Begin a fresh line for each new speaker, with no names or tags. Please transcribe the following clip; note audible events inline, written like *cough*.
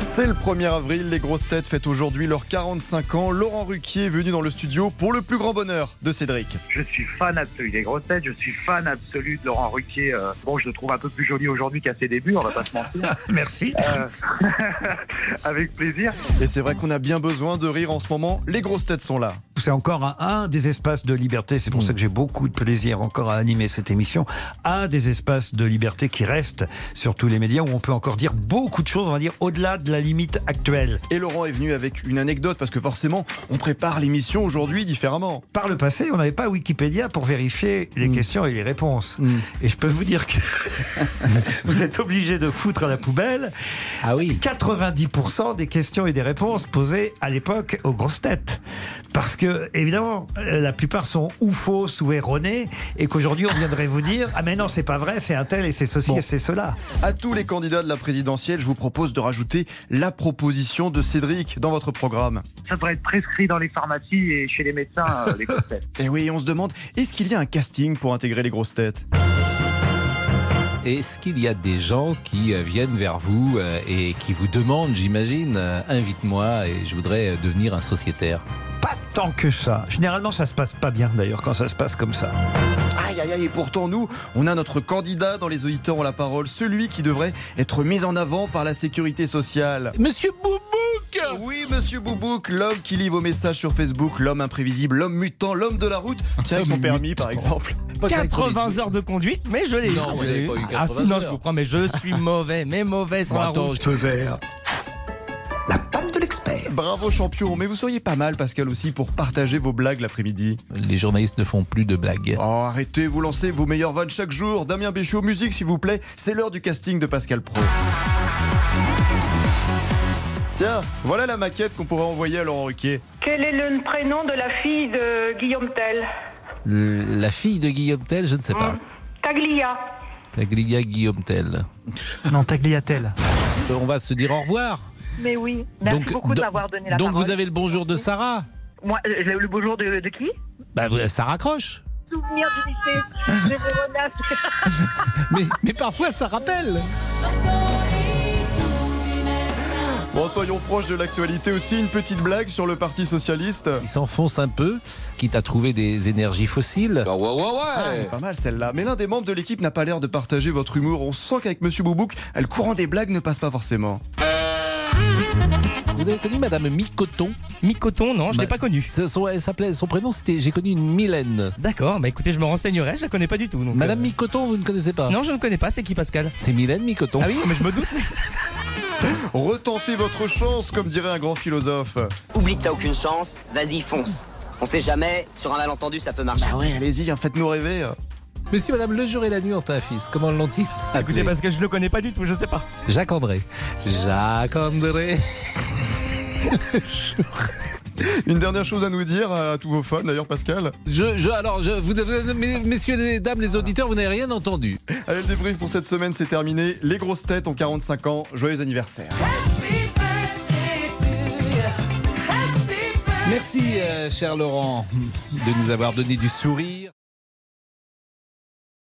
C'est le 1er avril, les grosses têtes fêtent aujourd'hui leurs 45 ans. Laurent Ruquier est venu dans le studio pour le plus grand bonheur de Cédric.
Je suis fan absolu des grosses têtes, je suis fan absolu de Laurent Ruquier. euh, bon, je le trouve un peu plus joli aujourd'hui qu'à ses débuts, on va pas se mentir.
Merci.
Euh, *laughs* avec plaisir.
Et c'est vrai qu'on a bien besoin de rire en ce moment, les grosses têtes sont là.
C'est encore un, un des espaces de liberté. C'est pour ça que j'ai beaucoup de plaisir encore à animer cette émission. Un des espaces de liberté qui reste sur tous les médias où on peut encore dire beaucoup de choses, on va dire au-delà de la limite actuelle.
Et Laurent est venu avec une anecdote parce que forcément, on prépare l'émission aujourd'hui différemment.
Par le passé, on n'avait pas Wikipédia pour vérifier les
Mm.
questions et les réponses. Et je peux vous dire que *laughs* vous êtes obligé de foutre à la poubelle
Ah oui.
90% des questions et des réponses posées à l'époque aux grosses têtes. Parce que, évidemment, euh, la plupart sont ou fausses ou erronées, et qu'aujourd'hui on viendrait vous dire Ah, mais non, c'est pas vrai, c'est un tel et c'est ceci et c'est cela.
À tous les candidats de la présidentielle, je vous propose de rajouter la proposition de Cédric dans votre programme.
Ça devrait être prescrit dans les pharmacies et chez les médecins, euh, les grosses têtes.
Et oui, on se demande, est-ce qu'il y a un casting pour intégrer les grosses têtes
Est-ce qu'il y a des gens qui euh, viennent vers vous euh, et qui vous demandent, j'imagine, euh, invite-moi et je voudrais euh, devenir un sociétaire
Pas tant que ça. Généralement, ça se passe pas bien d'ailleurs quand ça se passe comme ça.
Aïe, aïe, aïe, et pourtant nous, on a notre candidat dans les auditeurs ont la parole, celui qui devrait être mis en avant par la sécurité sociale.
Monsieur Boubouk
Oui, monsieur Boubouk, l'homme qui lit vos messages sur Facebook, l'homme imprévisible, l'homme mutant, l'homme de la route, tiens avec son permis par exemple.
Pas
80 heures de conduite, mais je l'ai eu.
Non, vous
Je
n'avez
l'ai
pas eu
Ah
80
si, non, je
heures.
vous promets, je suis mauvais, mais mauvais sur la
Attends,
route.
je-
Bravo champion, mais vous soyez pas mal Pascal aussi pour partager vos blagues l'après-midi.
Les journalistes ne font plus de blagues.
Oh arrêtez, vous lancez vos meilleures vannes chaque jour. Damien Béchiot, musique s'il vous plaît, c'est l'heure du casting de Pascal Pro. Tiens, voilà la maquette qu'on pourrait envoyer à Laurent Ruquier.
Quel est le prénom de la fille de Guillaume Tell
Le- La fille de Guillaume Tell, je ne sais pas.
Taglia.
Taglia Guillaume Tell. Euh,
Non, Tagliatelle.
On va se dire au revoir.
Mais oui, merci beaucoup de m'avoir donné la
donc
parole.
vous avez le bonjour de Sarah
Moi, euh, le le bonjour de, de qui
bah, vous- Sarah Croche
Souvenir du lycée. Je vous remercie.
*laughs* mais, mais parfois ça rappelle
Bon, soyons proches de l'actualité aussi. Une petite blague sur le Parti Socialiste.
Il s'enfonce un peu, quitte à trouver des énergies fossiles.
Ah, Elle est Pas mal celle-là. Mais l'un des membres de l'équipe n'a pas l'air de partager votre humour. On sent qu'avec Monsieur Boubouk, le courant des blagues ne passe pas forcément.
Vous avez connu Madame Micoton
Mi-coton, non, je l'ai
Bah-
pas connu.
Ce- son, elle s'appelait- son prénom, c'était. J'ai connu une Mylène.
D'accord, bah écoutez, je me renseignerai, je la connais pas du tout. donc,
Madame
euh,
Micoton, vous ne connaissez pas
Non, je ne connais pas, c'est qui Pascal
C'est Mylène Micoton.
Ah oui, *laughs* mais je me doute.
Retentez votre chance, comme dirait un grand philosophe.
Oublie que t'as aucune chance, vas-y fonce. On sait jamais, sur un malentendu ça peut marcher.
Ah ouais, allez-y, hein, faites-nous rêver.
Mais si Madame Le Jour et la Nuit ont un fils, comment l'ont-ils
Écoutez,
appelé
parce que je le connais pas du tout, je sais pas.
Jacques André. Jacques André.
Une dernière chose à nous dire euh, à tous vos fans, d'ailleurs, Pascal.
Je, je, alors, je, vous, devez- mes- messieurs les dames, les auditeurs, vous n'avez rien entendu.
Allez, le débrief pour cette semaine, c'est terminé. Les grosses têtes ont 45 ans. Joyeux anniversaire.
Merci, euh, cher Laurent, de nous avoir donné du sourire.